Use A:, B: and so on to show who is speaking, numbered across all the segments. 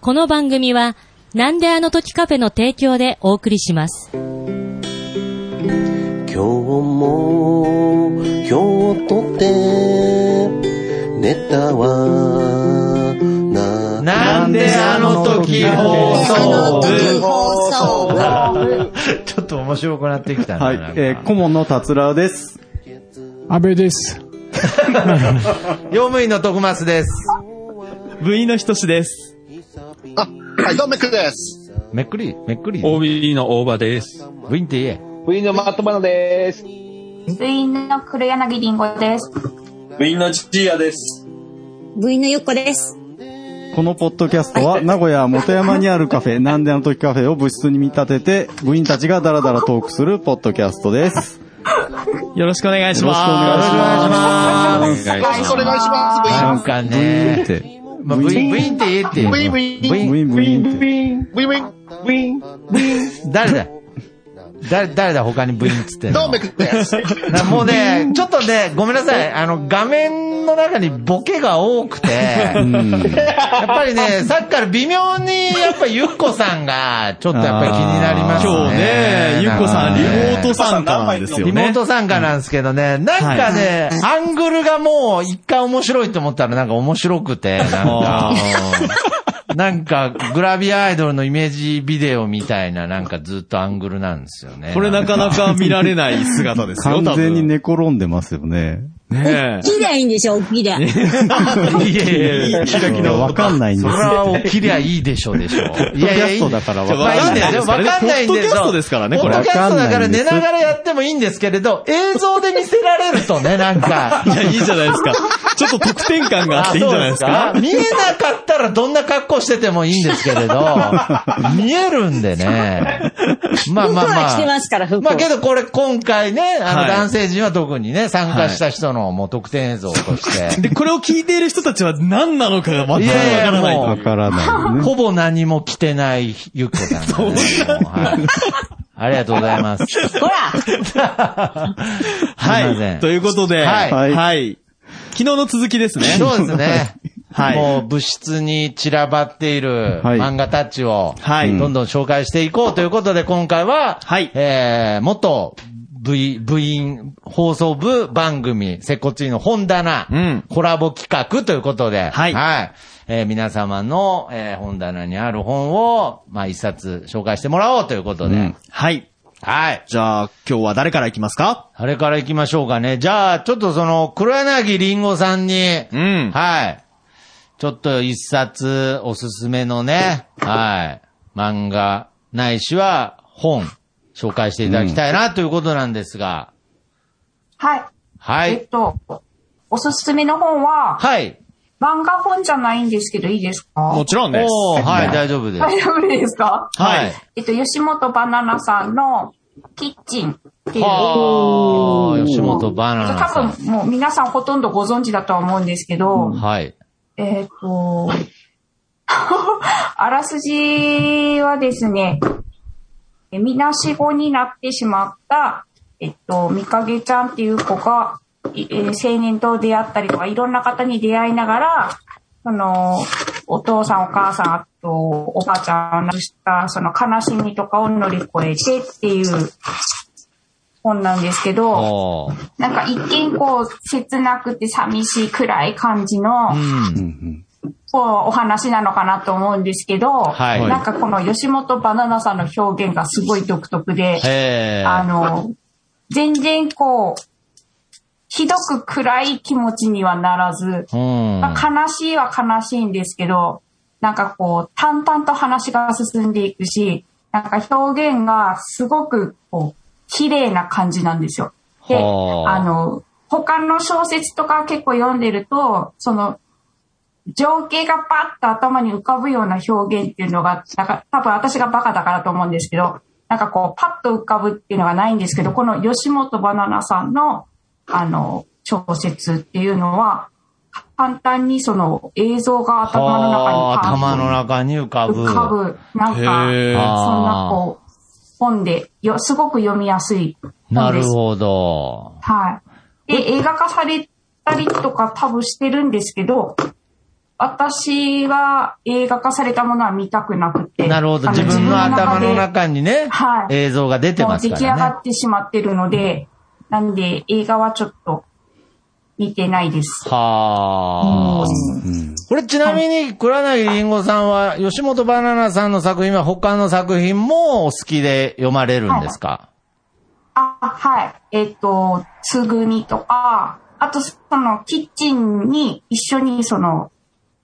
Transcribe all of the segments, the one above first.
A: この番組は、なんであの時カフェの提供でお送りします。
B: 今日も今日とってネタはな
C: なんであの時放送部ちょっと面白くなってきたな。
D: はい
C: なん、か
D: えー、顧問の達郎です。
E: 安倍です。
C: 用務員の徳松です。
D: 部員のひとしです。
F: あ、はい、どうもクです。
C: めっくり、めっくり。
G: OB の大場です。
C: 部員って言え。
H: 部員のマットマナです。
I: 部員の黒柳りんごです。
G: 部員のジーヤです。
J: 部員のゆっこです。
D: このポッドキャストは、名古屋元山にあるカフェ、なんであの時カフェを部室に見立てて、部員たちがダラダラトークするポッドキャストです。
E: よろしくお願いし
D: よろしくお願いし
C: お願
D: ま
C: いし
D: す。
F: よろしくお願いしま
C: な
F: す。
C: んか
D: ブイーンっ
C: ね。
D: て。
C: まあ、部員、部員って言えって。
F: ブインブイン
C: 部員
D: ブインブインって。
F: ブインブイン。
H: 部員
C: 誰だ誰、誰だ他に部員っつってんの
F: どうもクです。
C: なもうね、ちょっとね、ごめんなさい。あの、画面の中にボケが多くて、やっぱりね、さっきから微妙に、やっぱゆっこさんが、ちょっとやっぱり気になりますね。
D: 今日ね、ゆっこさん、リモート参加なんですよ
C: リモー
D: ね。
C: ト参加なんですけどね、なんかね、アングルがもう一回面白いと思ったらなんか面白く て、なんか
D: あ、
C: なんかグラビアアイドルのイメージビデオみたいななんかずっとアングルなんですよね。
E: これなかなか見られない姿ですよ、
D: 完
E: 多
D: 全に
E: 分。
D: 寝転んでますよね。
E: ね
J: きりゃいいんでしょ、 きりゃ。
C: いやいやいや
D: キラキラわかんないんで
C: そ
D: す
C: れ
D: よ。
C: は起きりゃいいでしょうでしょう。い
D: ポッド
C: やい
D: キャ
C: や、い
D: ス
C: い
D: トだから
E: じゃあ
D: わ
E: わ
D: か
E: か
D: ん
E: ん
D: ない。
E: ないですからね。
C: わかんないん
E: ポッドキャ
C: で
E: ストですからね、
C: ポ
E: こ
C: ッド
E: れ。
C: キャストだから寝ながらやってもいいんですけれど、映像で見せられるとね、なんか。
E: いや、いいじゃないですか。ちょっと得点感があっていいんじゃないですか。
C: あそうですか見えなかったらどんな格好しててもいいんですけれど、見えるんでね。まあまあ
J: 服は
C: ま
J: 着てま
C: あ。
J: すから、服。
C: まあけどこれ今回ね、あ
E: は
C: の
E: い
C: 男性陣は特にね、参加した人のもう特典映像として。
E: で、これを聞いている人たちは何なのかが全くわからない
C: いやいやもう
E: と。
D: わからないね。
C: ほぼ何も着てないゆっこ さんなんで、もうはい。ありがとうございます。
J: ほら
C: すいませ
E: は
C: ん
E: い。ということで、
C: はい
E: はい。昨日の続きですね。
C: そうですね。
E: はい
C: もう物質に散らばっている
D: はい
C: 漫画タッチを、
E: はい
C: どんどん紹介していこうということで、今回は、
E: はい
C: えー、元部員、部員放送部番組、接骨院の本棚、
E: うん
C: コラボ企画ということで、
E: はい
C: えー皆様の、えー本棚にある本を、まあ、一冊紹介してもらおうということで、
D: うん
E: はい。
C: はい。
E: じゃあ、今日は誰から行きますか
C: あれから行きましょうかね。じゃあ、ちょっとその、黒柳りんごさんに、
E: うん
C: はい。ちょっと一冊おすすめのね、はい。漫画、ないしは本、紹介していただきたいなということなんですが、
I: はい。
C: は
I: えっ
C: い。
I: と、おすすめの本は、
C: はい。
I: 漫画本じゃないんですけど、いいですか
E: もちろんです。
C: おー、はい、大丈夫です。
I: 大丈夫ですか
C: はい。
I: えっと、吉本バナナさんのキッチンっていう、
C: はー、吉本バナナさ
I: 多分もう皆さんほとんどご存知だとは思うんですけど、
C: ん。はい。
I: えっ、と、 あらすじはですね、えみなしごになってしまった、えっと、みかげちゃんっていう子が、いえー青年と出会ったりとか、いろんな方に出会いながら、その、お父さんお母さん、あと、おばあちゃんを亡くした、その悲しみとかを乗り越えてっていう本なんですけど、
C: おー。
I: なんか一見こう、切なくて寂しい暗い感じの、
C: うん。
I: こうお話なのかなと思うんですけど、
C: はい
I: なんかこの吉本バナナさんの表現がすごい独特で、
C: え
I: あ
C: ー。
I: の、全然こう、ひどく暗い気持ちにはならず、
C: うん。
I: まあ悲しいは悲しいんですけど、なんかこう、淡々と話が進んでいくし、なんか表現がすごくこう、綺麗な感じなんですよ。で、
C: はあ
I: あの、他の小説とか結構読んでると、その、情景がパッと頭に浮かぶような表現っていうのが、なんか多分私がバカだからと思うんですけど、なんかこう、パッと浮かぶっていうのがないんですけど、この吉本バナナさんの、あの、小説っていうのは、簡単にその映像が頭の中に
C: はー
I: パッと
C: 頭の中に浮かぶ。
I: 浮かぶ。なんか、そん
E: へー
I: なこう、本で、よ、すごく読みやすい
C: な
I: 本で
C: る
I: す。
C: ほど。
I: はい。で、映画化されたりとか多分してるんですけど、私が映画化されたものは見たくなくて。
C: なるほど。
I: あ
C: 自分の頭の中にね、
I: はい
C: 映像が出て
I: もう
C: ます
I: 出
C: か
I: 来上が
C: らね。
I: ってしまってるので、なんで映画はちょっと見てないです。
C: はあ。これちなみに、倉柳りんごさんは、吉本バナナさんの作品は他の作品もお好きで読まれるんですか
I: あ、はい。えっ、と、つぐみとか、あとそのキッチンに一緒にその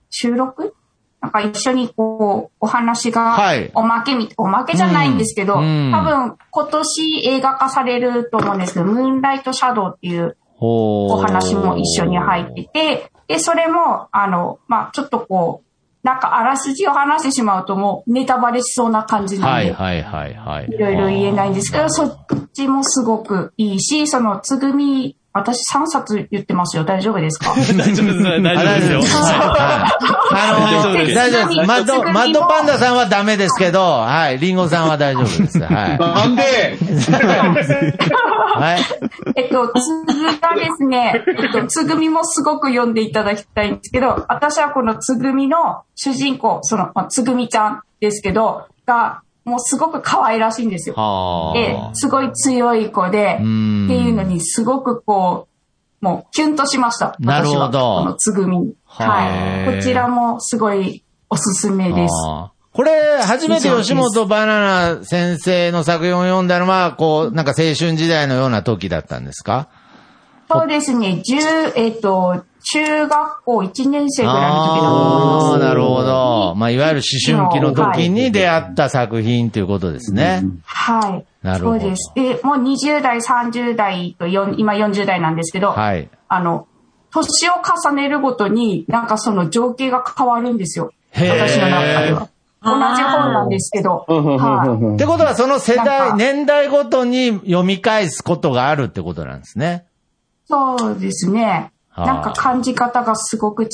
I: 収録なんか一緒にこう、お話が、
C: はい
I: おまけみ、おまけじゃないんですけど、
C: うん
I: 多分今年映画化されると思うんですけど、ムーンライトシャドウっていう
C: お
I: お話も一緒に入ってて、で、それも、あの、まあちょっとこう、なんかあらすじを話してしまうともうネタバレしそうな感じな
C: は
I: ん
C: い
I: で、
C: はいはいはい。
I: いろいろ言えないんですけど、そっちもすごくいいし、その、つぐみ、私3冊言ってますよ。大丈夫ですか
E: 大丈夫です。大丈夫ですよ。
C: あの
E: 大丈夫です
C: 大丈夫です。マッ
I: ちな
C: ド、
I: みに
C: マッドパンダさんはダメですけど、はい、リンゴさんは大丈夫です。は
F: なんで
C: い。はい。
I: えっと、つぐがですね、えっと、つぐみもすごく読んでいただきたいんですけど、私はこのつぐみの主人公、その、まあつぐみちゃんですけど、が、もうすごく可愛らしいんですよ。
C: は
I: で
C: あ、。
I: すごい強い子で、って
C: ん
I: いうのにすごくこう、もうキュンとしました。
C: なるほど
I: 私はこのつぐみに。
C: は
I: はいい。こちらもすごいおすすめです。
C: あーこれ、初めて吉本バナナ先生の作品を読んだのは、こう、なんか青春時代のような時だったんですか
I: そうですね、十えっ、と、中学校1年生ぐらいの時だと思います。
C: ああー、なるほど。まあ、いわゆる思春期の時に出会った作品ということですね。
I: はい。
C: なるほど
I: そうです。で、もう20代、30代とよん、今40代なんですけど、
C: はい。
I: あの、年を重ねるごとに、なんかその情景が変わるんですよ。
C: へえ
I: 私の中では。同じ本なんですけど。はい。
C: ってことは、その世
I: なん
C: 代、
I: か
C: 年代ごとに読み返すことがあるってことなんですね。
I: そうですね。
C: はあ
I: なんか感じ方がすごく違っ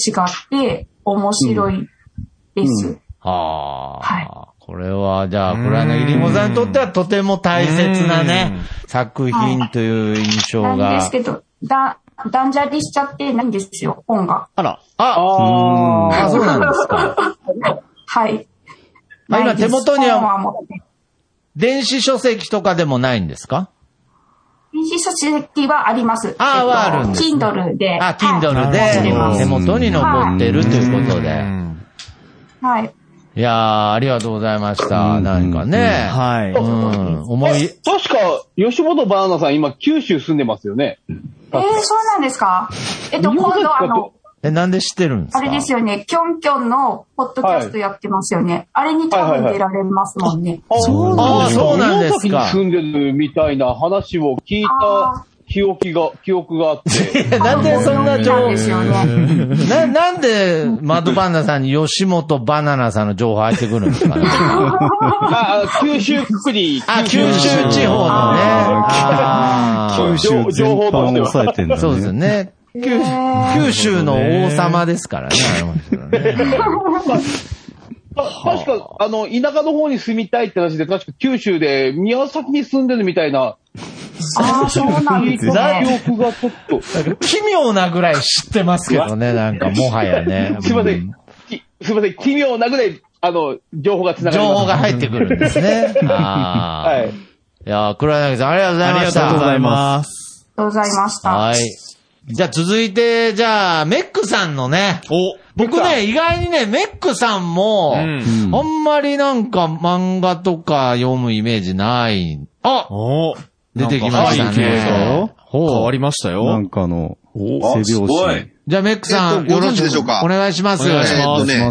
I: て、面白いです。
C: はあ。
I: はい
C: これは、じゃあ、黒柳りんごさんにとってはとても大切なね、作品という印象
I: なんで
C: が
I: す。けど、だ、断捨離しちゃってないんですよ、本が。
C: あら。ああ、そうなんですか。
I: はい。
C: あ今
I: ないです
C: 手元には
I: 本持って
C: 電子書籍とかでもないんですか
I: 電子書籍はあります。
C: あーはあるんです
I: Kindle で。
C: あ、Kindle
I: はい持ってま
C: で、
I: す
C: 手元に残ってるということで。
I: はい。
C: いやー、ありがとうございました。何かね。
D: はい。
C: うん、思い、
H: 確か、吉本バナナさん今九州住んでますよね。
I: えー、そうなんですかえっと、
H: 日
I: 今
H: 本です
I: 度
H: か
I: あの、
C: え、なんで知ってるんですか
I: あれですよね、キョンキョンのポッドキャストやってますよね。あれに多分出られますもんね。
H: そう
C: なんですかあそうなんですか
H: 宮崎に住んでるみたいな話を聞いた記憶が、記憶があって。
C: いや なんでそんな情
I: なんですよね。
C: な、なんで、マドバナナさんに吉本バナナさんの情報入ってくるんですかね。
H: まあ、九州くくり。
C: あ、九州地方のね。あー
H: ー
D: 九州全般を抑えてんだね。
C: そうですね。九九州の王様ですからね、あれもですよね。
H: 確か、あの、田舎の方に住みたいって話で、確か九州で宮崎に住んでるみたいな、
I: ああ、そうなんです
H: 記
I: ね。
H: 憶がちょっと。
C: 奇妙なぐらい知ってますけどね、なんかもはや ね。
H: すいませ。
C: うん
H: きすいません。奇妙なぐらい、あの、情報が繋が
C: 情
H: ります。
C: 報が入ってくるんですね。 あ
H: は
C: ー
H: い。
C: いやー、黒柳さんありがとうござい
E: あ
C: ま
E: りが
C: し
E: とうご
C: た。
E: ざいます。
I: ありがとうございました。
C: はい。じゃあ続いて、じゃあ、メックさんのね、
E: お、
C: 僕ね、意外にね、メックさんも、
E: うん。
C: あんまりなんか漫画とか読むイメージない。あ
E: お
C: 出てきました
E: なんか背景が
C: ね。
E: 変
C: ほ
E: わ
C: う。
E: りました
D: な
E: よ
D: ん。かあの、
G: お
D: 背
G: す
D: 拍子
G: ごい。
C: じゃあ、メックさん、
F: えっと
C: よ
F: ご
C: ろ
F: 存
C: し
F: 知でしょう
C: く
F: か
C: お願いします。
E: お願いし
F: え
E: ま
F: っと
E: す。
F: ね、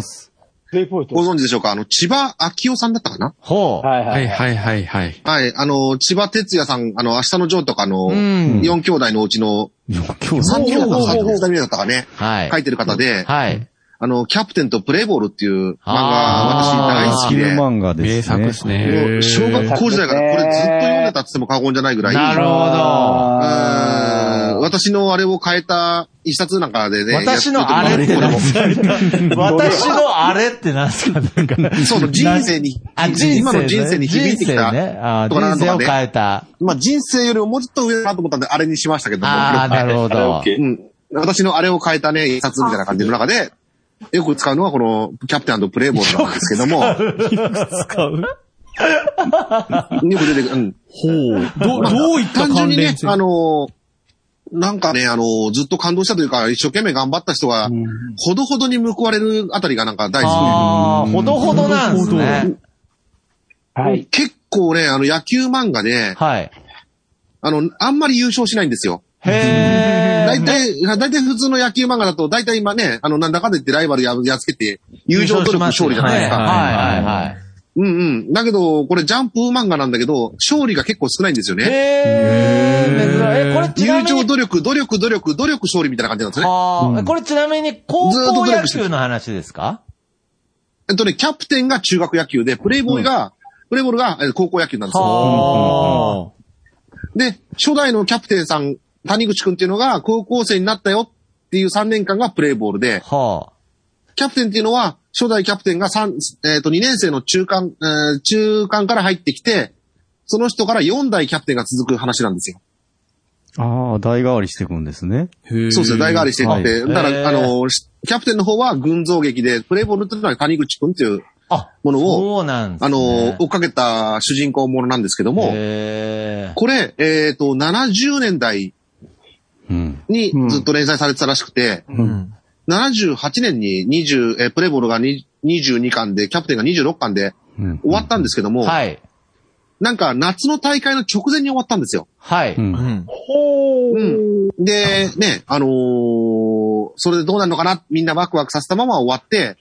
H: レイポイント
F: ご存知でしょうかあの、千葉明夫さんだったかな
C: ほう。
H: はいは。
G: はいいはいはいはい。
F: はい、あの、千葉哲也さん、あの、明日のジョーとかの、
C: うん
F: 4兄弟のうちの
D: 今日
F: 3人だったか
H: おー
F: 2人目だったかね、
C: はい
F: 書。いてる方で、
C: はい。
F: あの、キャプテンとプレイボールっていう漫画、私大
C: あー
F: 好き
D: 地球
F: で、もう
D: 漫画で
G: 名
D: す
G: 作
D: ね
G: で。すね。
F: 小学校時代からこれずっと読んでたって言っても過言じゃないぐらい、
C: なるほ
F: うーん私のあれど。変えた一冊なんかでね、
C: 私のあれって
F: や
C: 何
F: って
C: です
F: て
C: か 私のあれって何ですかなんか。
F: もその人生に、
C: あ、人生ね。
F: 今の人生に響いてきた、
C: 人生ね。あー
F: とかなん
C: 人
F: とか
C: 生を
F: ね
C: 変えた。
F: まあ人生よりももうちょっと上だなと思ったんで、あれにしましたけども、
C: ああ、なるほ
G: カラオ
C: ど。
G: ケ
F: うん。私のあれを変えたね、一冊みたいな感じの中で、よく使うのはこの、キャプテンプレイボールなんですけ ども、よ
E: 使う
F: く出てくる。うん
E: ほう。ど、どういった
F: 単純
E: 関
F: に
E: 連
F: ね、
E: 性
F: あの、なんかね、あの、ずっと感動したというか、一生懸命頑張った人が、ほどほどに報われるあたりがなんか大好
C: ああ、ほどほどなんですね。
H: はい
F: き。。結構ね、あの、野球漫画で、
C: はい。
F: あの、あんまり優勝しないんですよ。
C: へえ。
F: 大体、大体普通の野球漫画だと、大体今ね、あの、なんだかんだ言ってライバルややっつけて、友情努力勝利じゃないですか。
C: はいはいはい。
F: うんうん。だけど、これジャンプ漫画なんだけど、勝利が結構少ないんですよ
C: へ
F: ね。
C: え。これちな
F: 友
C: みに
F: 情、努力、努力、努力、努力、勝利みたいな感じなんですね。
C: あーこれちなみに高校野球の話ですか
F: えっとね、キャプテンが中学野球で、プレイボーイが、プレイボールがえー高校野球なんですよ。
C: は
F: で、初代のキャプテンさん、谷口くんっていうのが高校生になったよっていう3年間がプレイボールで、
C: あ。は
F: キャプテンっていうのは、初代キャプテンが三えっ、と、2年生の中間、えー中間から入ってきて、その人から4代キャプテンが続く話なんですよ。
D: ああ、代替わりしていくんですね。
F: そうですね、代替わりしていって、
C: はい
F: だか
C: へー
F: ら、あの、しキャプテンの方は軍造劇で、プレイボールっていうのは谷口くんっていう
C: あ。あ、
F: ものを、
C: そうなんです
F: あの、
C: ね。
F: 追っかけた主人公ものなんですけども、
C: へー
F: これ、えっ、と、70年代
D: うん。
F: にずっと連載されてたらしくて、
C: うん。
F: 78年に20、えープレイボールがに22巻で、キャプテンが26巻で
D: うん。。
F: 終わったんですけども、
C: はい。
F: なんか夏の大会の直前に終わったんですよ。
C: はいう
D: ん
C: うん
F: うん。で、ね、あのーそれでどうなるのかな、みんなワクワクさせたまま終わって、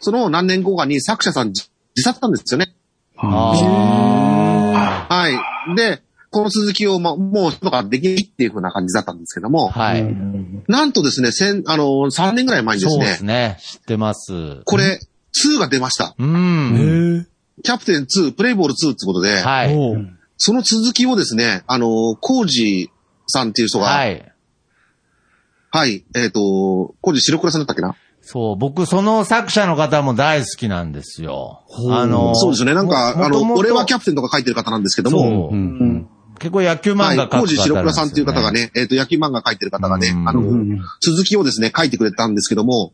F: その何年後かに作者さん自自殺したんですよね。
C: あ
F: はい。で、この続きを、ま、もうとかできないっていう風な感じだったんですけども、
C: あ。はい。
F: なんとですね、先、あのー、3年ぐらい前にで
C: そ
F: す
C: う
F: ね、
C: ですね。知ってます。
F: これ、2が出ました。
C: うん。
E: へ
F: キャプテン2、プレイボール2ってことで、
E: え。
C: はい。
E: ほう
F: その続きをですね、あのー、コージさんっていう人が、は、
C: はいい。
F: えっ、と、コージ白倉さんだったっけな
C: そう、僕、その作者の方も大好きなんですよ。あの、
F: そうですよね。なんか、
C: も
F: あの、俺はキ
C: ャ
F: ャプテンとか書いてる方なんですけども、
C: そう、結構野球漫
F: はい
C: 画描く方なんですよね、
F: コージ白倉さんっていう方がね、えっ、と、野球漫画書いてる方がね、
C: うん
F: あの、続きをですね、書いてくれたんですけども、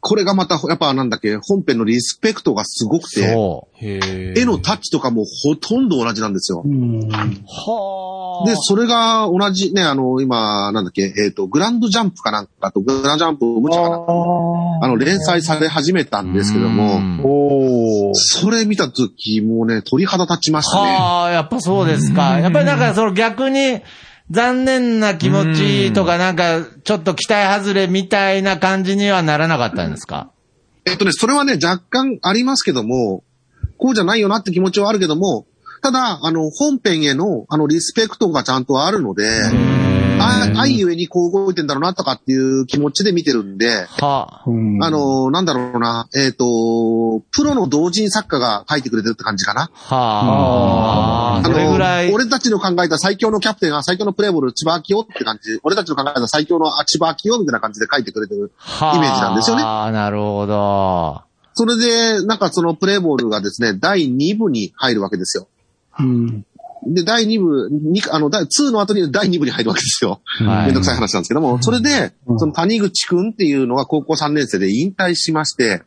F: これがまた、やっぱなんだっけ、本編のリスペクトがすごくて、
C: そう。
E: へえ。
F: 絵のタッチとかもほとんど同じなんですよ。
C: は
F: で、それが同じね、あの、今、なんだっけ、えっ、と、グランドジャンプかなんかと、グランドジャンプ無茶かな、あの、連載され始めたんですけども、
H: おー。
F: それ見た時もうね、鳥肌立ちましたね。
C: はあ、やっぱそうですか。やっぱりなんか、その逆に、残念な気持ちとか、なんか、ちょっと期待外れみたいな感じにはならなかったんですか
F: えっとね、それはね、若干ありますけども、こうじゃないよなって気持ちはあるけども、ただ、あの、本編への、あの、リスペクトがちゃんとあるので、あ愛ゆえにこう動いてんだろうなとかっていう気持ちで見てるんで、
C: は
F: あ
C: あ。
F: の、なんだろうな、えっ、と、プロの同人作家が書いてくれてるって感じかな。
C: はあ。
F: あ
C: それぐらい
F: の、。俺たちの考えた最強のキャプテンは最強のプレイボール、千葉明夫って感じ。俺たちの考えた最強のあ千葉明夫みたいな感じで書いてくれてる。
C: はあ
F: イメージなんですよね
C: ああ、なるほど。
F: それで、なんかそのプレイボールがですね、第2部に入るわけですよ。で、第2部、にあの、第2の後に第2部に入るわけですよ。
C: はい
F: めんどくさい話なんですけども、それで、その谷口くんっていうのが高校3年生で引退しまして、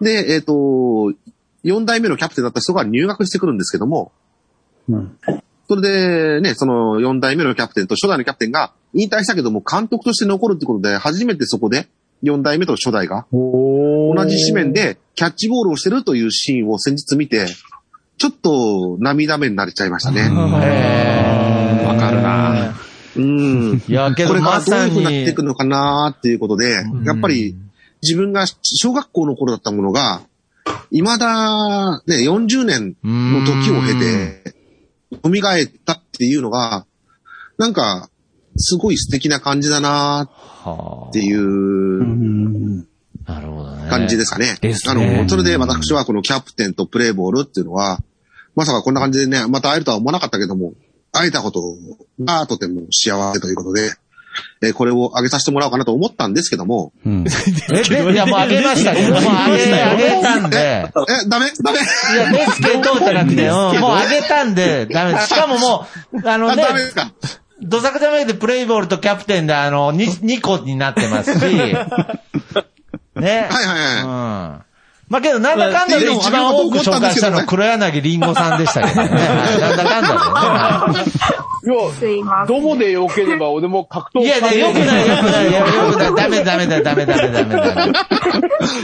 F: で、えっ、と、4代目のキャプテンだった人が入学してくるんですけども、それでね、その4代目のキャプテンと初代のキャプテンが引退したけども監督として残るってことで、初めてそこで4代目と初代が同じ紙面でキャッチボールをしてるというシーンを先日見て、ちょっと涙目になれちゃいましたね。
C: へえ。わかるな。
F: うん。
C: いや、け
F: こ
C: ど
F: れ
C: ま
F: がどうい
C: さ
F: う風になっ
C: に
F: てい、くのかなっていうことで、やっぱり自分が小学校の頃だったものが、未だね、40年の時を経て、蘇ったっていうのが、なんか、すごい素敵な感じだな
C: は
F: っていう
C: あ、なるほどね。
F: 感じですかね。
C: です
F: あ
C: ね
F: の、それで私はこのキャプテンとプレイボールっていうのは、まさかこんな感じでね、また会えるとは思わなかったけども、会えたことがとても幸せということで、えーこれをあげさせてもらおうかなと思ったんですけども、
D: うん。
C: え、 で、いや、もうあげましたけど、もうあげ、あげたんで。
F: え、ダメダメ
C: いや、ですけど、じゃなくて、うん、もうあげたんで、ダメ です。しかももう、あの
F: あ
C: ね
F: ダ、メですか
C: どさくちゃめでプレイボールとキャプテンで、あの、2, 二個になってますし、ね。はいはいはい。まあけど、なんだかんだで一番多く紹介したのは黒柳りんごさんでしたけ どね。はいなんだかんだでねはい
I: や、
H: どもで良ければ俺も格闘
C: い。い やね、よくない、よく ない、よくない。ダメ、ダメだ、ダメ、ダメ、ダメ、ダメ。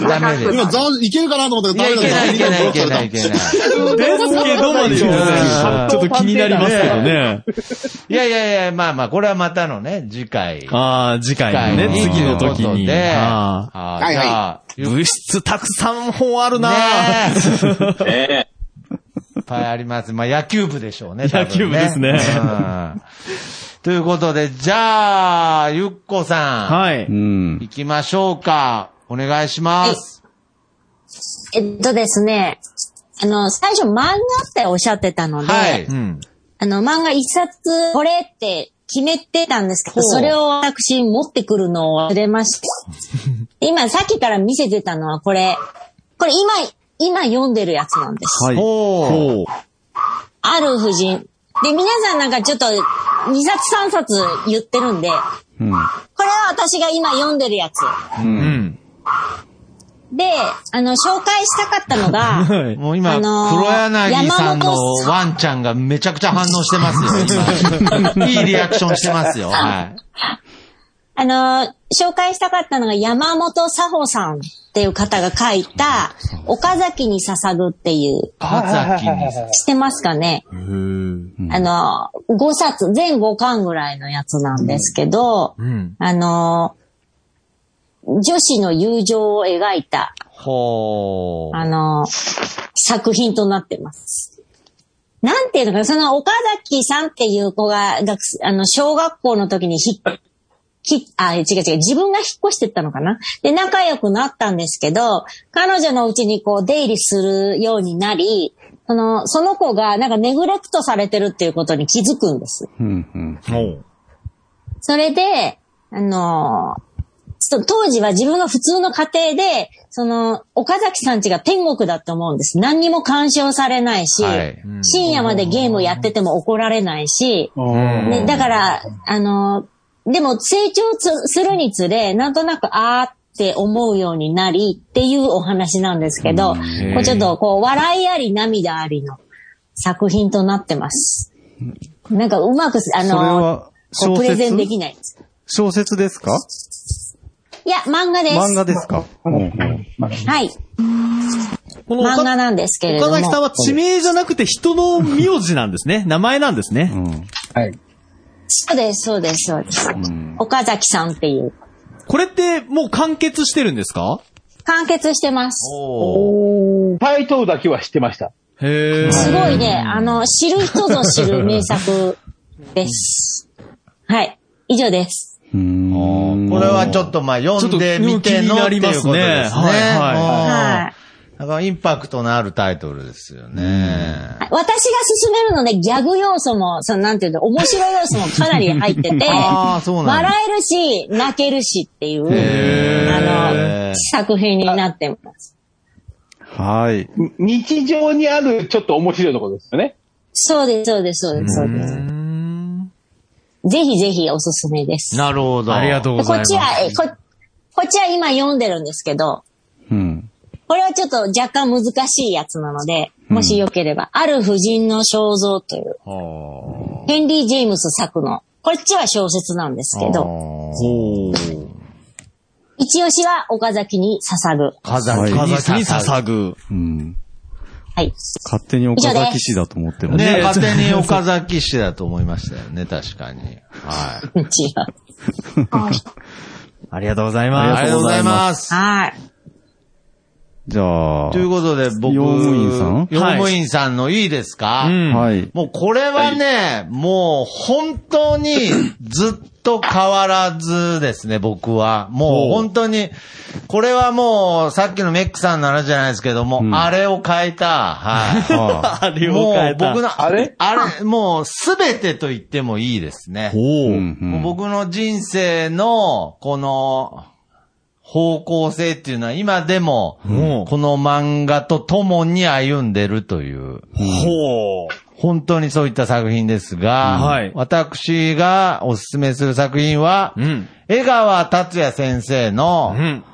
C: ダメです。
K: 今、ざわいけるかなと思ったけど、
C: いや
K: ダ
C: い
K: メ
C: け
K: だ
C: ないいけないいけないいけない
E: ですけどまで言うねちょっと気になりますけどね。
C: いやいやいや、まあまあ、これはまたのね、次回。
E: ああ、次回のね、
C: 次回
E: 次の時
C: ということ
E: に。
C: で
E: ああ
C: はいはいじゃあ
E: 物質たくさん本あるな
C: ねえいっぱいあります。まあ、野球部でし ょうね。多分
E: 野球部ですね
C: うんということで、じゃあ、ゆっこさん。
E: はい。
C: 行きましょうか。お願いします。
J: えっとですね、あの、最初漫画っておっしゃってたので、
C: はい。うん。
J: あの、漫画一冊これって決めてたんですけ
C: ほう
J: ど、それを私持ってくるのを忘れま した。今、さっきから見せてたのはこれ。これ今、今読んでるやつなんです。
D: はい。
C: ほ
J: ある夫人。で、皆さんなんかちょっと2冊3冊言ってるんで、こ
D: う。うん。
J: れは私が今読んでるやつ。
C: うん。
J: で、あの、紹介したかったのが、
C: もう今、
J: あのー
C: 黒柳さんの
J: 山本さん
C: ワンちゃんがめちゃくちゃ反応してますよ、 今。いいリアクションしてますよ。はい。
J: あの、紹介したかったのが山本佐穂さんっていう方が書いた、岡崎に捧ぐっていう、
C: 岡崎に。
J: 知ってますかね、あの、5冊、全5巻ぐらいのやつなんですけど、
C: うん。
J: あの、女子の友情を描いた、
C: ほー。
J: あの、作品となってます。なんていうのかな、その岡崎さんっていう子が、学生あの、小学校の時にひっ、き、あ、違う違う、自分が引っ越してったのかなで、仲良くなったんですけど、彼女のうちにこう、出入りするようになり、その、その子がなんかネグレクトされてるっていうことに気づくんです。
D: うん。うん。
J: それで、あのそ当時は自分が普通の家庭で、その、岡崎さんちが天国だと思うんです。何にも干渉されないし、
C: はいうん
J: 深夜までゲームやってても怒られないし、
C: うん
J: ね、だから、あの、でも成長つするにつれ、なんとなく、あーって思うようになりっていうお話なんですけど、こうちょっとこう、笑いあり涙ありの作品となってます。なんかうまく、あ
D: それ
J: の、
D: は、
J: こう
D: 小
J: プレゼン
D: 説
J: できないです。
D: 小説ですか
J: いや、漫画です。
D: 漫画ですかうんうん
J: はい。
E: この岡
J: 漫画なんですけれど
E: 岡
J: も。
E: 崎さんは地名じゃなくて人の名字なんです ね。名前なんですね。
J: そうです、そうです、そうです。岡崎さんっていう。
E: これってもう完結してるんですか
J: 完結してます。
C: ほー。
H: タイトルだけは知ってました。
E: へえ。
J: すごいね、あの、知る人ぞ知る名 作です。はい。以上です。
D: うん。
C: これはちょっとまあ読んでみてのっていうことですね。
E: ちょっと気になりますねはい
J: は。
C: はいい。なんかインパクトのあるタイトルですよね。
J: 私が進めるので、ギャグ要素も、その、なんていうの、面白い要素もかなり入ってて、
C: あーそうなんだ
J: 笑えるし、泣けるしっていう、
C: へー
J: あの、作品になってます。
D: はい。
H: 日常にあるちょっと面白いところですよね。
J: そうです、そうです、そうです、そうです。ぜひぜひおすすめです。
C: なるほど。
E: ありがとう
J: こ
E: ござい
J: っ
E: ます。
J: ちは、えこ、こっちは今読んでるんですけど、
D: うん。
J: これはちょっと若干難しいやつなので、もしよければ、ある婦人の肖像という、ヘンリー・ジェームス作の、こっちは小説なんですけど、
C: ほー。
J: 一押しは岡崎に捧ぐ。
C: 岡崎
E: 岡崎に
C: に
E: 捧
C: 捧ぐ。
E: ぐ。
D: うん。
J: はい。
D: 勝手に岡崎市だと思ってま
C: ね
D: す。
C: 勝手に岡崎市だと思いましたよね、確かに。はい。
J: 違 う。
E: ありがとうござい
C: あ
E: ます。
C: りがとうございます。
J: はい。
D: じゃあ
C: と、いうことで、僕、
D: 用務員さん
C: 用務員さんのいいですか、
E: うん
D: はい。
C: もうこれはね、もう本当にずっと変わらずですね、僕は。もう本当に、これはもうさっきのメックさんの話じゃないですけども、あれを変えた、はい。
E: あれを変えた
C: もう僕の、
H: あれ
C: あれ、もうすべてと言ってもいいですね。
E: お
D: う
E: ー
D: んうん
C: もう僕の人生の、この、方向性っていうのは今でも、
E: ん
C: この漫画と共に歩んでるという。
E: ほう。
C: 本当にそういった作品ですが、
E: はい
C: 私がおすすめする作品は、
E: うん。
C: 江川達也先生の
E: うん。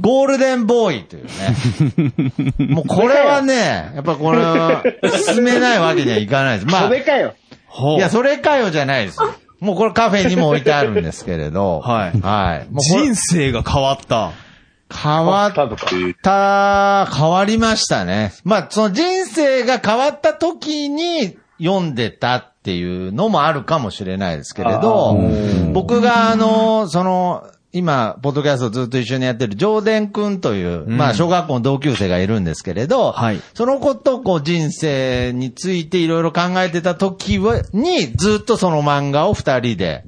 C: ゴールデンボーイという ね。もうこれはね、やっぱこれは進めないわけにはいかないです。まあ。
K: それかよ。
C: いや、それかよじゃないですよ。もうこれカフェにも置いてあるんですけれど。 はい。はい。人生が変わった。変わった、変わりましたね。まあ、その人生が変わった時に読んでたっていうのもあるかもしれないですけれど、僕があの、その、今、ポッドキャストをずっと一緒にやってる、ジョーデン君という、まあ、小学校の同級生がいるんですけれど、その子とこう人生についていろいろ考えてた時は、に、ずっとその漫画を二人で、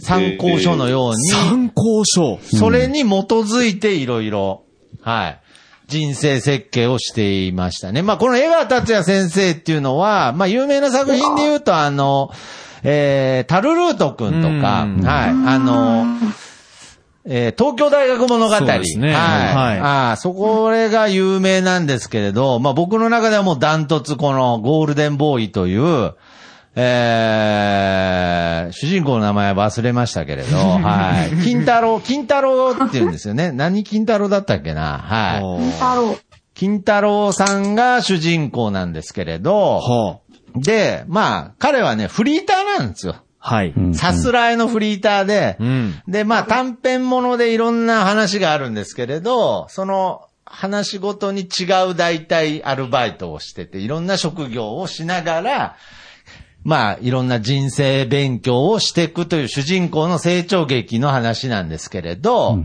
C: 参考書のように。参考書それに基づいていろいろ、はい。人生設計をしていましたね。まあ、この江川達也先生っていうのは、まあ、有名な作品で言うと、あの、えー、タルルートくんとか、はい、あの、えー東京大学物語。
E: そうですね
C: は。
E: はいい
C: ああ、そこれが有名なんですけれど、まあ僕の中ではもうダントツこのゴールデンボーイという、えー、主人公の名前忘れましたけれ ど、はい。金太郎、金太郎って言うんですよね。 何金太郎だったっけなはい。金
I: 太郎。
C: 金太郎さんが主人公なんですけれど、で、まあ、彼はね、フリーターなんですよ。
E: はい。
C: さすらいのフリーターで、で、まあ短編ものでいろんな話があるんですけれど、その話ごとに違う大体アルバイトをしてて、いろんな職業をしながら、まあいろんな人生勉強をしていくという主人公の成長劇の話なんですけれど、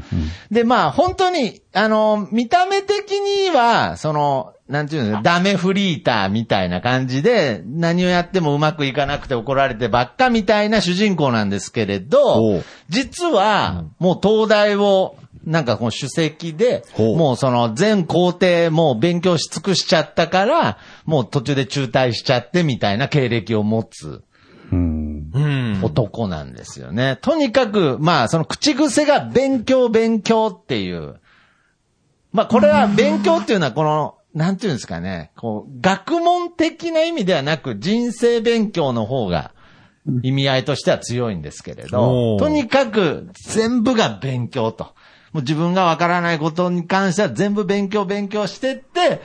C: で、まあ本当に、あの、見た目的には、その、なんていうの、ダメフリーターみたいな感じで、何をやってもうまくいかなくて怒られてばっかみたいな主人公なんですけれど、実は、もう東大を、なんかこの主席で、もうその全工程もう勉強し尽くしちゃったから、もう途中で中退しちゃってみたいな経歴を持つ。男なんですよね。とにかく、まあ、その口癖が勉強勉強っていう。まあ、これは勉強っていうのはこの、なんていうんですかね、こう、学問的な意味ではなく、人生勉強の方が、意味合いとしては強いんですけれど、
E: おー
C: とにかく全部が勉強と。もう自分がわからないことに関しては全部勉強勉強してって、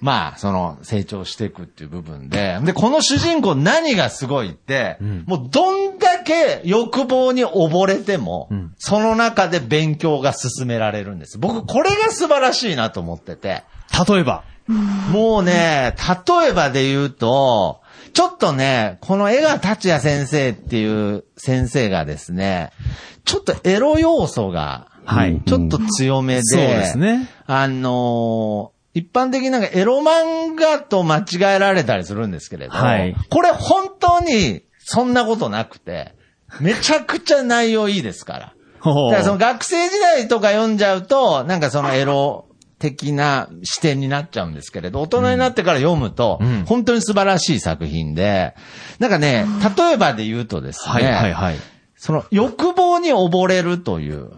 C: まあ、その、成長していくっていう部分で、で、この主人公何がすごいって、もうどんだけ欲望に溺れても、その中で勉強が進められるんです。僕、これが素晴らしいなと思ってて。例えばもうね、例えばで言うと、ちょっとね、この江川達也先生っていう先生がですね、ちょっとエロ要素が、ちょっと強めで、
E: そうですね。
C: あのー一般的になんかエロ漫画と間違えられたりするんですけれど、
E: はい
C: これ本当にそんなことなくて、めちゃくちゃ内容いいで すから。だからその学生時代とか読んじゃうと、なんかそのエロ的な視点になっちゃうんですけれど、大人になってから読むと、本当に素晴らしい作品で、なんかね、例えばで言うとですね、
E: はいはいはい。
C: その欲望に溺れるという、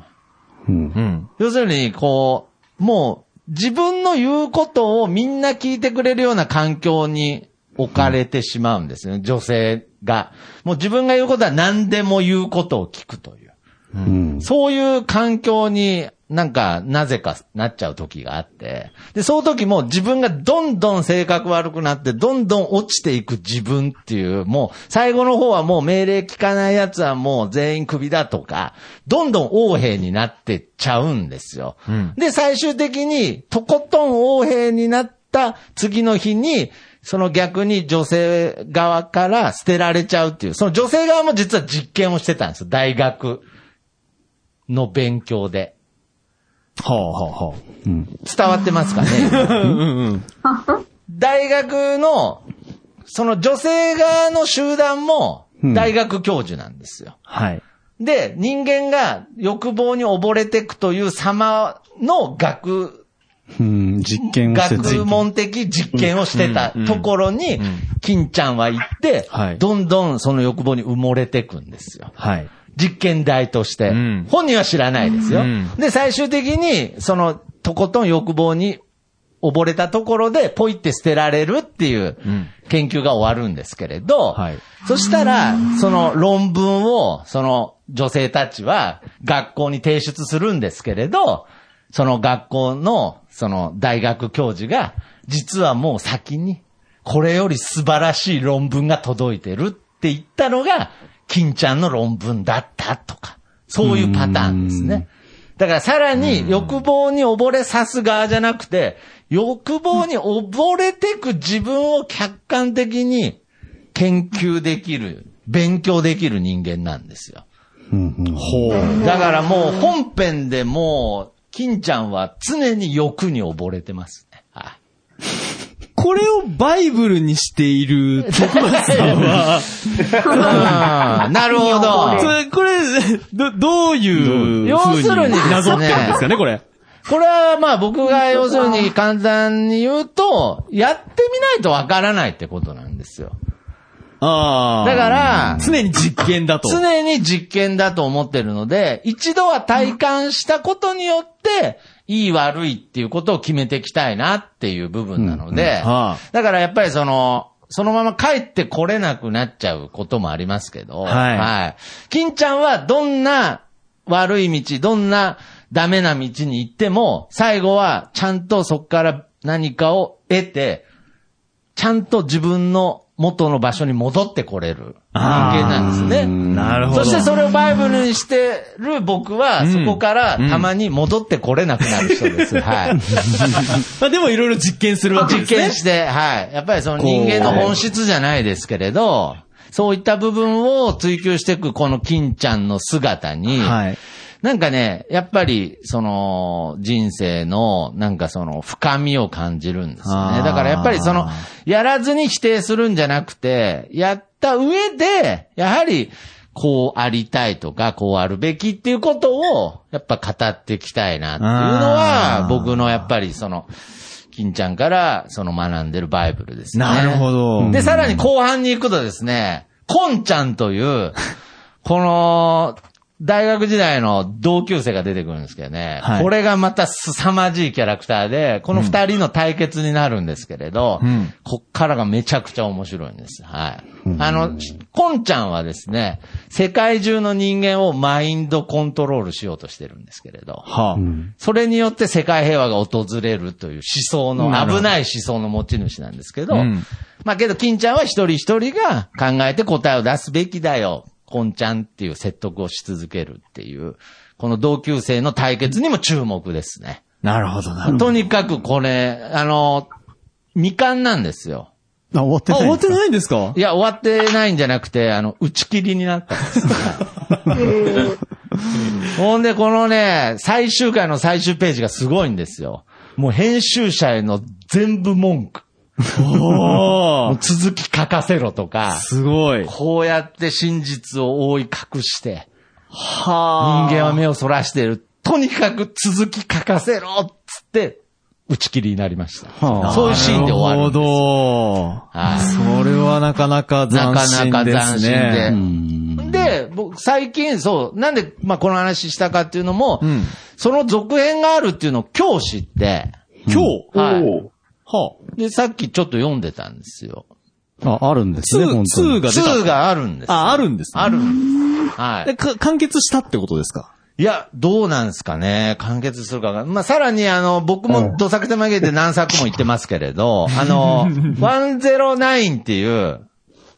C: 要するに、こう、もう、自分の言うことをみんな聞いてくれるような環境に置かれてしまうんですね、女性が。もう自分が言うことは何でも言うことを聞くという。そういう環境になんか、なぜかなっちゃう時があって。で、その時も自分がどんどん性格悪くなって、どんどん落ちていく自分っていう、もう、最後の方はもう命令聞かない奴はもう全員クビだとか、どんどん王兵になってっちゃうんですよ。で、最終的に、とことん王兵になった次の日に、その逆に女性側から捨てられちゃうっていう、その女性側も実は実験をしてたんですよ、大学。の勉強で。はあはあはあ。伝わってますかね大学の、その女性側の集団も大学教授なんですよ。
E: はい。
C: で、人間が欲望に溺れていくという様の学
D: うん、実験をして
C: 学問的実験をしてたところに、金ちゃんは行って、どんどんその欲望に埋もれていくんですよ。実験台として、本人は知らないですよ。
E: うん
C: で、最終的に、その、とことん欲望に溺れたところで、ポイって捨てられるっていう研究が終わるんですけれど、そしたら、その論文を、その女性たちは学校に提出するんですけれど、その学校の、その大学教授が、実はもう先に、これより素晴らしい論文が届いてるって言ったのが、金ちゃんの論文だったとか、そういうパターンですね。だからさらに欲望に溺れさす側じゃなくて、欲望に溺れてく自分を客観的に研究できる、勉強できる人間なんですよ。
E: ほう。
C: だからもう本編でもう、金ちゃんは常に欲に溺れてますね。はい
E: これをバイブルにしている徳松さんは
C: うん なるほど
E: それこれ、ど、どういう
C: 要
E: 風
C: する
E: に
C: にですね
E: なぞってるんですかね、これ。
C: これはまあ僕が要するに簡単に言うと、やってみないとわからないってことなんですよ。
E: ああ。
C: だから
E: 常に実験だと。
C: 常に実験だと思ってるので、一度は体感したことによって、いい悪いっていうことを決めていきたいなっていう部分なので、
E: は
C: だからやっぱりその、そのまま帰ってこれなくなっちゃうこともありますけど、
E: はい
C: 金ちゃんはどんな悪い道、どんなダメな道に行っても、最後はちゃんとそこから何かを得て、ちゃんと自分の元の場所に戻ってこれる人間なんですね。
E: なるほど。
C: そしてそれをバイブルにしてる僕は、
E: うん
C: そこからたまに戻ってこれなくなる人 です。はい。
E: まあでもいろいろ実験するわけです
C: 実
E: ね。
C: 験して、はい。やっぱりその人間の本質じゃないですけれど、そういった部分を追求していくこの金ちゃんの姿に、
E: はい。
C: なんかね、やっぱり、その、人生の、なんかその、深みを感じるんですよ
E: あ
C: ね。
E: ー
C: だからやっぱりその、やらずに否定するんじゃなくて、やった上で、やはり、こうありたいとか、こうあるべきっていうことを、やっぱ語っていきたいなっていうのは
E: あ、ー
C: 僕のやっぱりその、金ちゃんから、その学んでるバイブルですね。
E: なるほど。
C: で、さらに後半に行くとですね、コンちゃんと いう、この、大学時代の同級生が出てくるんですけどね。
E: はい
C: これがまた凄まじいキャラクターで、この二人の対決になるんですけれど、
E: うん
C: こっからがめちゃくちゃ面白いんです。はい。あの、コンちゃんはですね、世界中の人間をマインドコントロールしようとしてるんですけれど、
E: は
C: それによって世界平和が訪れるという思想の、危ない思想の持ち主なんですけど、
E: うん
C: まあけど、金ちゃんは一人一人が考えて答えを出すべきだよ。コンちゃんっていう説得をし続けるっていう、この同級生の対決にも注目ですね。
E: なるほど、なるほど。
C: とにかくこれ、あの、未完なんですよ。
D: あ、終わって
E: あ、
D: ない。
E: 終わってないんですか
C: いや、終わってないんじゃなくて、あの、打ち切りになったんです。ほんで、このね、最終回の最終ページがすごいんですよ。もう編集者への全部文句。
E: お
C: もう
E: ー
C: 続き書かせろとか、
E: すごい。
C: こうやって真実を覆い隠して、
E: は
C: 人
E: あ。
C: 間は目をそらしている。とにかく続き書かせろっつって、打ち切りになりました。
D: はあ
C: そういうシーンで終わるんですよはい
E: なるほど。それはなかなか斬
C: なか
E: 新
C: なか
E: で
C: 斬
E: す
C: 新で
E: ね。。
C: で、僕、最近、そう、なんで、まあ、この話したかっていうのも、
E: うん
C: その続編があるっていうのを今日知って、
E: 今日
C: はい。
E: は
C: で、さっきちょっと読んでたんですよ。
D: あ、あるんです
E: ツ
D: ね、
E: ー
D: 本
E: ツ
D: 当
E: ー
D: に。
E: が出た。
C: 2があるんです。
E: あ、あるんですね
C: あるんです。は
E: で
C: い。
E: か完結したってことですか
C: いや、どうなんですかね。完結するかが。まあ、さらに、あの、僕もどさくてまげて何作も言ってますけれ ど、あの、109っていう、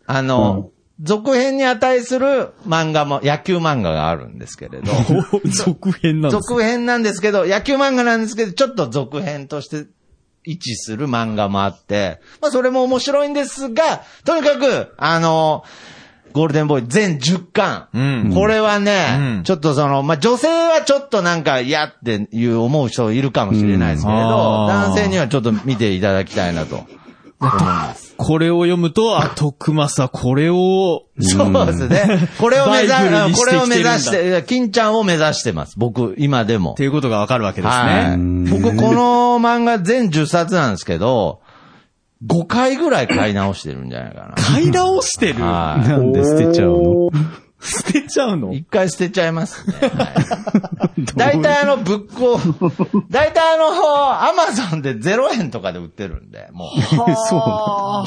C: あの、続編に値する漫画も、野球漫画があるんですけれ ど、
E: 続編なんですか
C: 続編なんですけど、野球漫画なんですけど、ちょっと続編として位置する漫画もあって、まあそれも面白いんですが、とにかく、あの、ゴールデンボーイ全10巻。
E: うん
C: これはね、
E: うん
C: ちょっとその、まあ、女性はちょっとなんか嫌っていう思う人いるかもしれないですけれど、
E: うんあー
C: 男性にはちょっと見ていただきたいなと。
E: これを読む と、あ、徳正はこれを、
C: そうですね。これを目指
E: バイブルに
C: こ
E: してきて
C: れ
E: る
C: を
E: んだ
C: 目指して、金ちゃんを目指してます。僕、今でも
E: って。いうことがわかるわけです
C: は
E: ね。
C: い。僕、この漫画全10冊なんですけど、5回ぐらい買い直してるんじゃないかな。
E: 買い直してる。
C: はい
D: なんで捨てちゃうの
C: 捨てちゃうの一回捨てちゃいます ね。はい、大体あの、ブックオフ、大体あの、アマゾンで0円とかで売ってるんで、も う。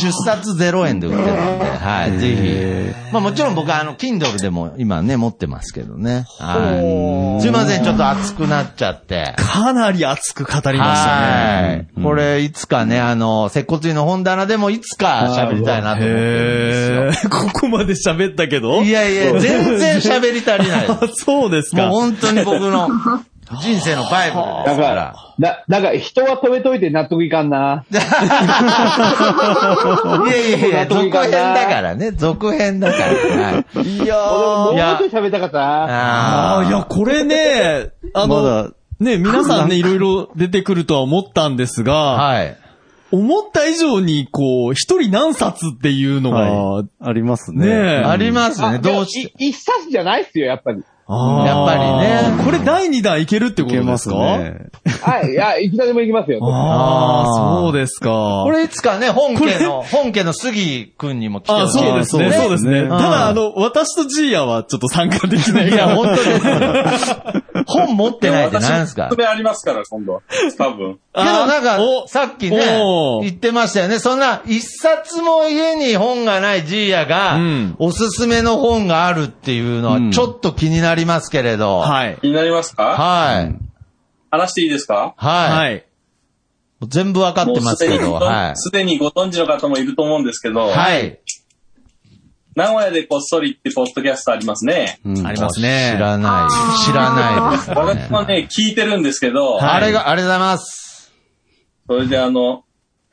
C: 10冊0円で売ってるんで、はい、ぜひ。まあもちろん僕はあの、Kindle でも今ね、持ってますけどね。はい。すいません、ちょっと熱くなっちゃって。
K: かなり熱く語りましたね。
C: はい。これ、いつかね、あの、接骨院の本棚でもいつか喋りたいなと思ってる んですよ。
K: ここまで喋ったけど
C: いやいや、全然喋り足 りない。
K: あそうです
C: もう
K: か。
C: 本当に僕の 人生のバイブルです から。
H: な、なんか人は止めといて納得いかんな。
C: いやいやいや、続編だからね、続編だから。はい
H: いやもうちょい喋りたかった
C: な。
K: ああ、いや、これね、あの、ね、皆さんね、いろいろ出てくるとは思ったんですが、思った以上に、こう、一人何冊っていうのが、
D: あります
K: ね
D: ね。
K: え
H: あでもい一冊じゃないっすよ、やっぱり。
K: や
H: っぱり
K: ね。これ第2弾いけるってことですか
H: はい、いや、いつでも行きますよ。
K: ああ、そうですか。
C: これいつかね、本家の、本家の杉くんにも来て
K: あ
C: ほ
K: あ
C: しい
K: そうですね。そうですね。
C: ん
K: ただ、あの、私とジーヤはちょっと参加できない
C: いや、本当ですよ。本持ってないってなんですか
G: おすすめありますから、今度は。多分。
C: けどなんか、さっきね、
G: お
C: 言ってましたよね。そんな、一冊も家に本がないジーヤが、おすすめの本があるっていうのは、ちょっと気になりますけれど。はい。
G: 気になりますか
C: はい。
G: 話していいですか
C: はい。全部わかってますけど、
G: もうすでにご
C: はい。
G: すでにご存知の方もいると思うんですけど、
C: はい。
G: 名古屋でこっそりってポッドキャストありますね。
C: ありますね。知らない。知 らないです。
G: 私もね、聞いてるんですけど、
C: あれが、ありがとうございます。
G: それであの、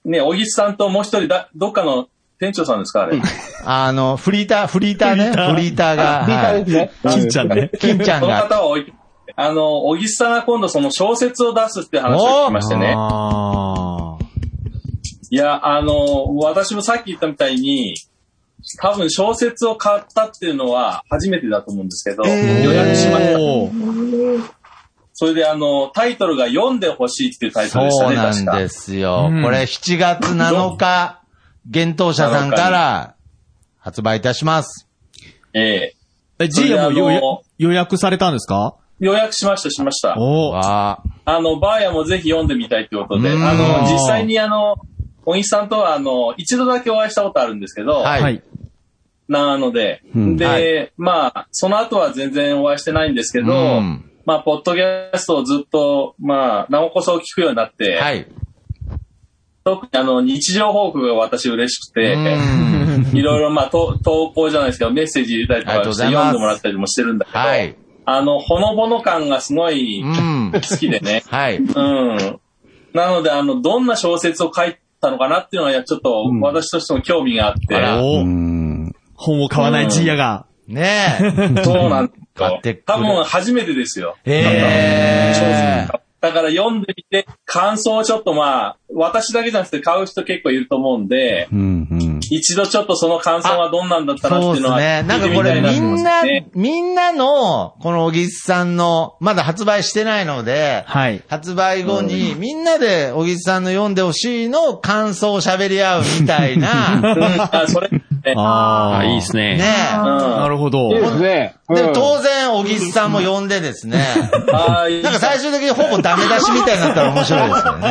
G: ね、小木さんともう一人だ、どっかの店長さんですかあれ。
C: あの、フリーター、フリーターね。フリーターが。はい
G: 金
C: 金ちゃん
G: その
C: が。
G: 方はおい、あの、小木さんが今度その小説を出すって話を聞きましてね。いや、あの、私もさっき言ったみたいに、多分小説を買ったっていうのは初めてだと思うんですけど、予約しました。それであの、タイトルが読んでほしいっていうタイトルでした
C: そう
G: ね、
C: なん
G: 確か。
C: ですよ。
G: うん
C: これ7月7日、幻冬舎さんから発売いたします。
G: え
K: え、ジーヤも予約予約されたんですか
G: 予約しました、しました。
K: お
C: あ
G: あの、バーヤもぜひ読んでみたいということで、
K: うん
G: あの、実際にあの、小木さんとはあの、一度だけお会いしたことあるんですけど、
K: はい。
G: なので、
K: うん
G: で、
K: は
G: まあ、その後は全然お会いしてないんですけど、
K: うん
G: まあ、ポッドキャストをずっと、まあ、なおこそ聞くようになって、特にあの、日常報告が私嬉しくて、 いろいろまあ、と投稿じゃないですけど、メッセージ入れたりと
C: ありが
G: か
C: とう
G: して
C: ございます
G: 読んでもらったりもしてるんだけど、あの、ほのぼの感がすごい好きで ね。うん。なので、あの、どんな小説を書いたのかなっていうのは、いやちょっと私としても興味があって、
K: お本を買わないジーヤが。
C: ねえ。
G: そうなんです
C: 買
G: よ
C: って。く
G: 多
C: る
G: 分初めてですよ。
C: ええ。
G: だから読んでみて、感想をちょっとまあ、私だけじゃなくて買う人結構いると思うんで、一度ちょっとその感想はどんなんだったなっ
C: そう
G: てい
C: で
G: うの
C: す
G: は
C: ね。なん
G: 聞い
C: か
G: て
C: こ
G: みた
C: れ
G: いな
C: み
G: と思い
C: ん
G: ま
C: な
G: すね。、
C: みんなの、この小木さんの、まだ発売してないので、発売後に、みんなで小木さんの読んでほしいの感想を喋り合うみたいな。
G: あ、 それ、
K: ああ、いいです
C: ね
K: ね。
C: え。
K: なるほど。
H: ね。
C: でも当然、小木さんも呼んでで すね。
G: なん
C: か最終的にほぼダメ出しみたいになったら面白いですよね。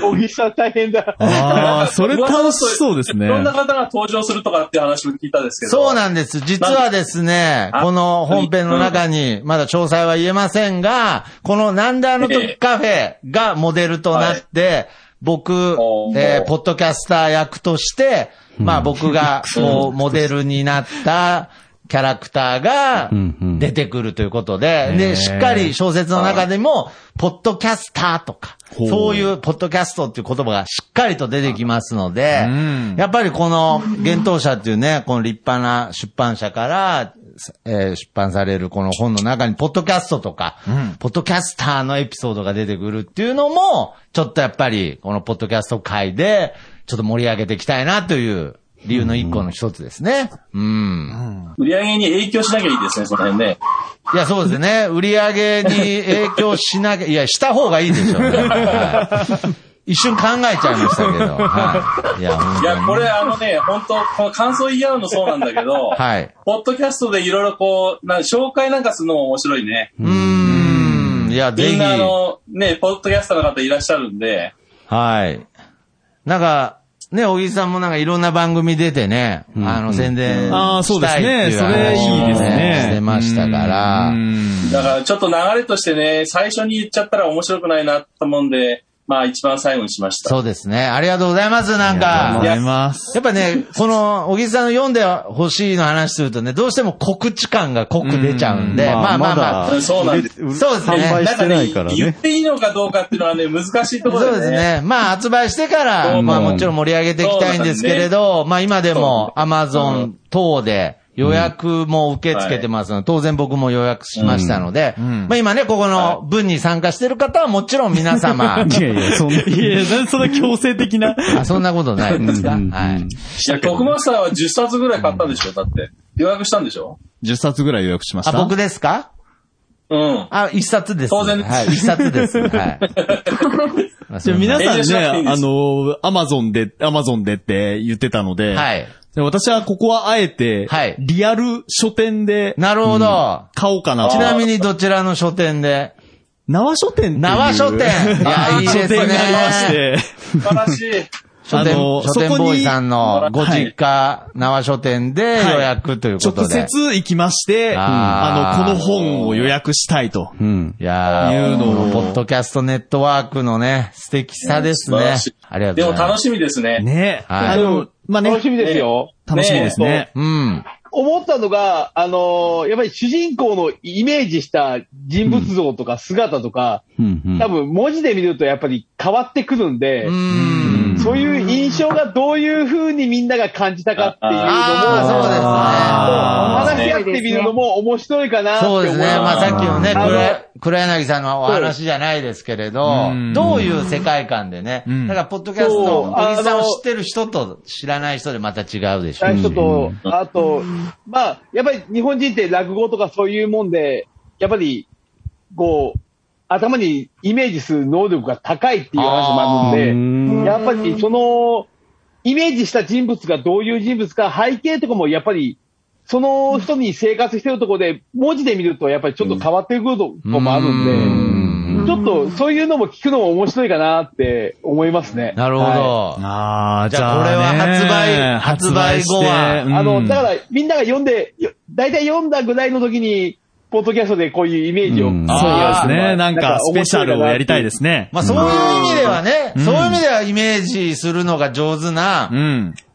H: 小木さん大変だ。
K: ああ、それ楽しそうです
G: い
K: ね。
G: ろんな方が登場するとかっていう話も聞いたんですけど。
C: そうなんです。実はですね、この本編の中に、まだ詳細は言えませんが、このなんであの時カフェがモデルとなって、僕、えーポッドキャスター役として、まあ僕が、こう、モデルになった、キャラクターが出てくるということで、
K: へー
C: で、しっかり小説の中でも、ポッドキャスターとか、
K: う
C: そういうポッドキャストっていう言葉がしっかりと出てきますので、やっぱりこの、幻冬舎っていうね、この立派な出版社から、えー出版されるこの本の中に、ポッドキャストとか、ポッドキャスターのエピソードが出てくるっていうのも、ちょっとやっぱり、このポッドキャスト界で、ちょっと盛り上げていきたいなという理由の一個の一つですね。うん。
G: 売り上げに影響しなきゃいいですね、その辺ね。
C: いや、そうです ね。売り上げに影響しなきゃ、いや、した方がいいでしょうね、はい一瞬考えちゃいましたけど。はい。いや、本当
G: い
C: に
G: や、これあのね、本当この感想言い合うのそうなんだけど、
C: はい。
G: ポッドキャストでいろいろこう、な紹介なんかするのも面白いね。
C: うんいや、ぜ
G: みん
C: ひ。
G: なあの、ね、ポッドキャスターの方いらっしゃるんで、
C: はい。なんか、ね、小木さんもなんかいろんな番組出てね、あの、宣伝
K: あーそうですね
C: したって
K: それいいですね
C: してましたから、
G: だからちょっと流れとしてね、最初に言っちゃったら面白くないなと思うんで、まあ一番最後にしました。
C: そうですね。ありがとうございます、な
G: あ
C: ん
G: りがとう
C: か。
G: ござ
C: い
K: ます。
C: やっぱね、この、小木さんの読んでほしいの話するとね、どうしても告知感が濃く出ちゃうんで、
K: うん
C: まあまあま
G: ま
C: あ。
G: だそうなんです
C: そうですね。
G: 販売して
C: ない
G: からね言っていいのかどうかっていうのはね、難しいところ
C: そ
G: だ
C: う
G: よ
C: ですね。まあ発売してから、まあもちろん盛り上げていきたいんですけれど、まあ今でも Amazon 等で予約も受け付けてますので、当然僕も予約しましたので、まあ今ね、ここの文に参加してる方はもちろん皆 様。
K: いやいやそんなそんな強制的な。
C: あ、そんなことないですかはい。
G: いや、徳マスターは10冊ぐらい買ったんでしょだって。予約したんでしょ
K: 10冊ぐらい予約しました。
C: あ、僕ですか
G: うん。
C: あ、一冊です。
G: 当然です
C: はい、一冊です。 はい。
K: じゃあ皆さ
G: 遠慮
K: ん
G: しな
K: ね、
G: くていいん
K: あ
G: です
K: の、アマゾンで、アマゾンでって言ってたので、
C: はい
K: で私はここはあえて、リアル書店で、
C: なるほど。
K: 買おうかな
C: ちなみ
K: に、
C: にどちらの書店で
K: 縄書店っていう
C: 縄書店いや、いいですね。
K: 書店がありまして、
G: 素晴らしい。
C: 書店、
K: あの
C: 書店
K: そこに
C: ボーイさんのご実家、縄書店で予約ということ
K: 直
C: で。
K: 接行きまして、
C: あ
K: あ
C: ー
K: の、この本を予約したいと。
C: いや
K: い
C: ー
K: う
C: こ
K: のを
C: のポッドキャストネットワークのね、素敵さです
G: 素晴
C: ね
G: らしい。
C: ありがと
G: で
C: う
G: も
C: ございま
G: 楽
C: す。
G: しみですね。
K: ね
C: はい
H: あの、
K: まあね。
H: 楽しみですよ。
K: 楽しみですね。
C: うん。
H: 思ったのが、あのーやっぱり主人公のイメージした人物像とか姿とか、多分文字で見るとやっぱり変わってくるんで、そういう印象がどういう風にみんなが感じたかっていうのも、
C: あーそうですね
H: 話し合ってみるのも面白いかなって思
C: そう
H: い
C: ですね。まあさっきのね、
H: あの
C: 黒黒柳さんのお話じゃないですけれど、どういう世界観でね。だから、ポッドキャス
H: そう
C: ト、小木さんを
H: あの
C: 知ってる人と知らない人でまた違うでしょう。
H: ちょっと、あと、まあ、やっぱり日本人って落語とかそういうもんで、やっぱり、こう、頭にイメージする能力が高いっていう話もあるんで、やっぱりその、イメージした人物がどういう人物か、背景とかもやっぱり、その人に生活してるところで、文字で見るとやっぱりちょっと変わってくるとこもあるんで、ちょっとそういうのも聞くのも面白いかなって思いますね。
C: なるほど。
K: ああ、
C: じゃあ、これは発売、発売後は、
H: あの、だから、みんなが読んで、よ大体読んだぐらいの時に、ポッドキャストでこういうイメージを。。
K: そうですね。なんか、スペシャルをやりたいですすね。
C: まあそういう意味ではね、そういう意味ではイメージするのが上手な、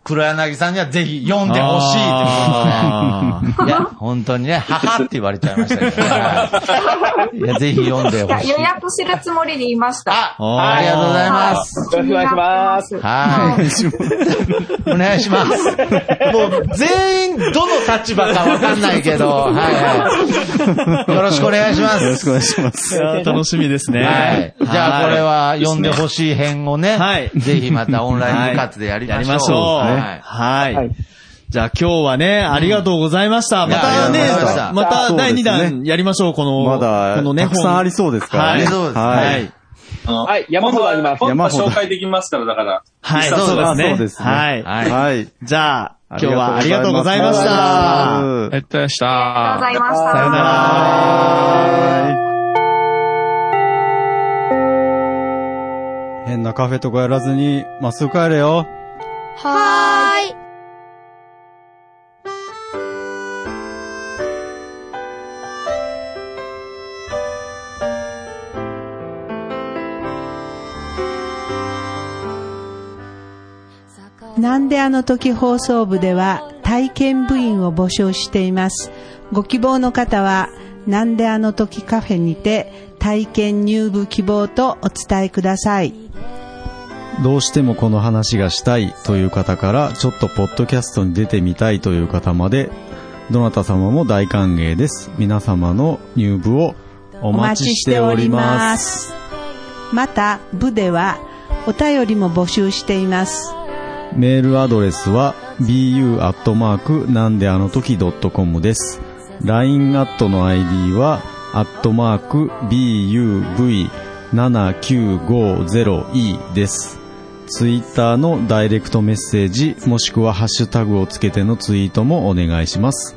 C: 黒柳さんにはぜひ読んでほしい
K: あ
C: ってことで。いや、本当にね、ははって言われちゃいましたけどね はい。いや、ぜひ読んで
I: いや
C: ほしい。
I: 予約するつもりで言いました。
C: あありがとうございます。
H: よろしくお願いします。
C: はい。 お願いします。もう、全員、どの立場かわかんないけど、はいはい。 よろしくお願いします。
D: よろしくお願いします。
K: いや楽しみですね。
C: はい。じゃあ、これは読んでほしい編をね、
K: はい
C: ぜひまたオンライン部活でやり
K: や
C: ま
K: り
C: しょう。
K: ましょう。
C: はい
K: はい。じゃあ今日はね、ありがとうございました。また
C: い
K: ね
C: やありがとうございました、
K: また
D: そ
K: 第2
D: うです
K: 弾やりましょう、この、
D: まだ
K: このね、
D: たくさん
K: 本
D: ありそうですからね
K: はい
D: そうですね
K: はい。
H: はい、山ほどあり
G: 本
H: ます。
G: 当は
D: 山ほど
G: 紹介できますから、だから。
K: はい、
G: 一冊
K: そうですね。
D: そうですね
K: はい。
C: はい
D: はい。
K: じゃあ、今日はありがとうございまし
D: ありがと
K: た。
D: うございま
E: りがとうございました。
I: ありがとうございました。
K: さよなら。
D: す変なカフェとかやらずに、まっすぐ帰れよ。
L: なんであの時放送部では体験部員を募集しています。ご希望の方は、なんであの時カフェにて体験入部希望とお伝えください。
D: どうしてもこの話がしたいという方から、ちょっとポッドキャストに出てみたいという方まで、どなた様も大歓迎です。皆様の入部をお待ちしております。
L: す。また、部ではお便りも募集しています。
D: メールアドレスは、 bu アットマークなんであの時 .com です。LINE アットの ID は、アットマーク buv7950e です。ツイッターのダイレクトメッセージ、もしくはハッシュタグをつけてのツイートもお願いします。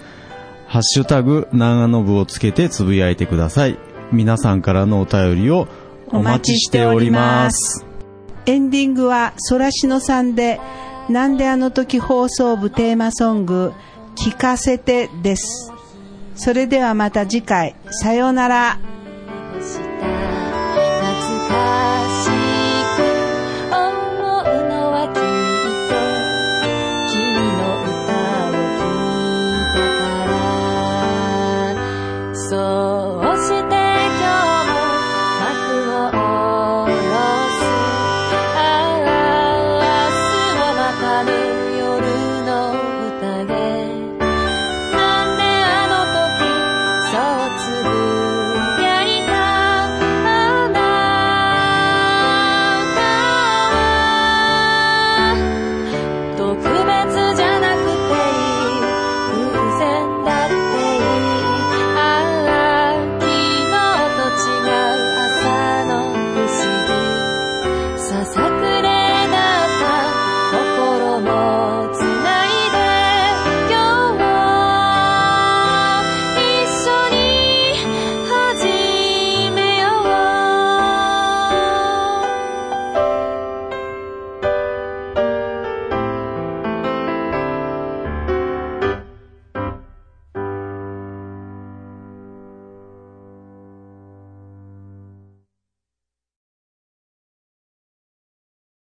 D: ハッシュタグ、長野部をつけてつぶやいてください。皆さんからのお便りをお待ちしております。
L: エンディングはソラシノさんで、なんであの時放送部テーマソング、聞かせてです。それではまた次回、さようなら。
M: 懐かしく思うのはきっと君の歌を聴いたからそうして今日も幕を下ろすああ明日はまたの夜の宴なんであの時そうつぶやいたあなたは特別じゃなくていい偶然だっていいああ昨日と違う朝の不思議ささ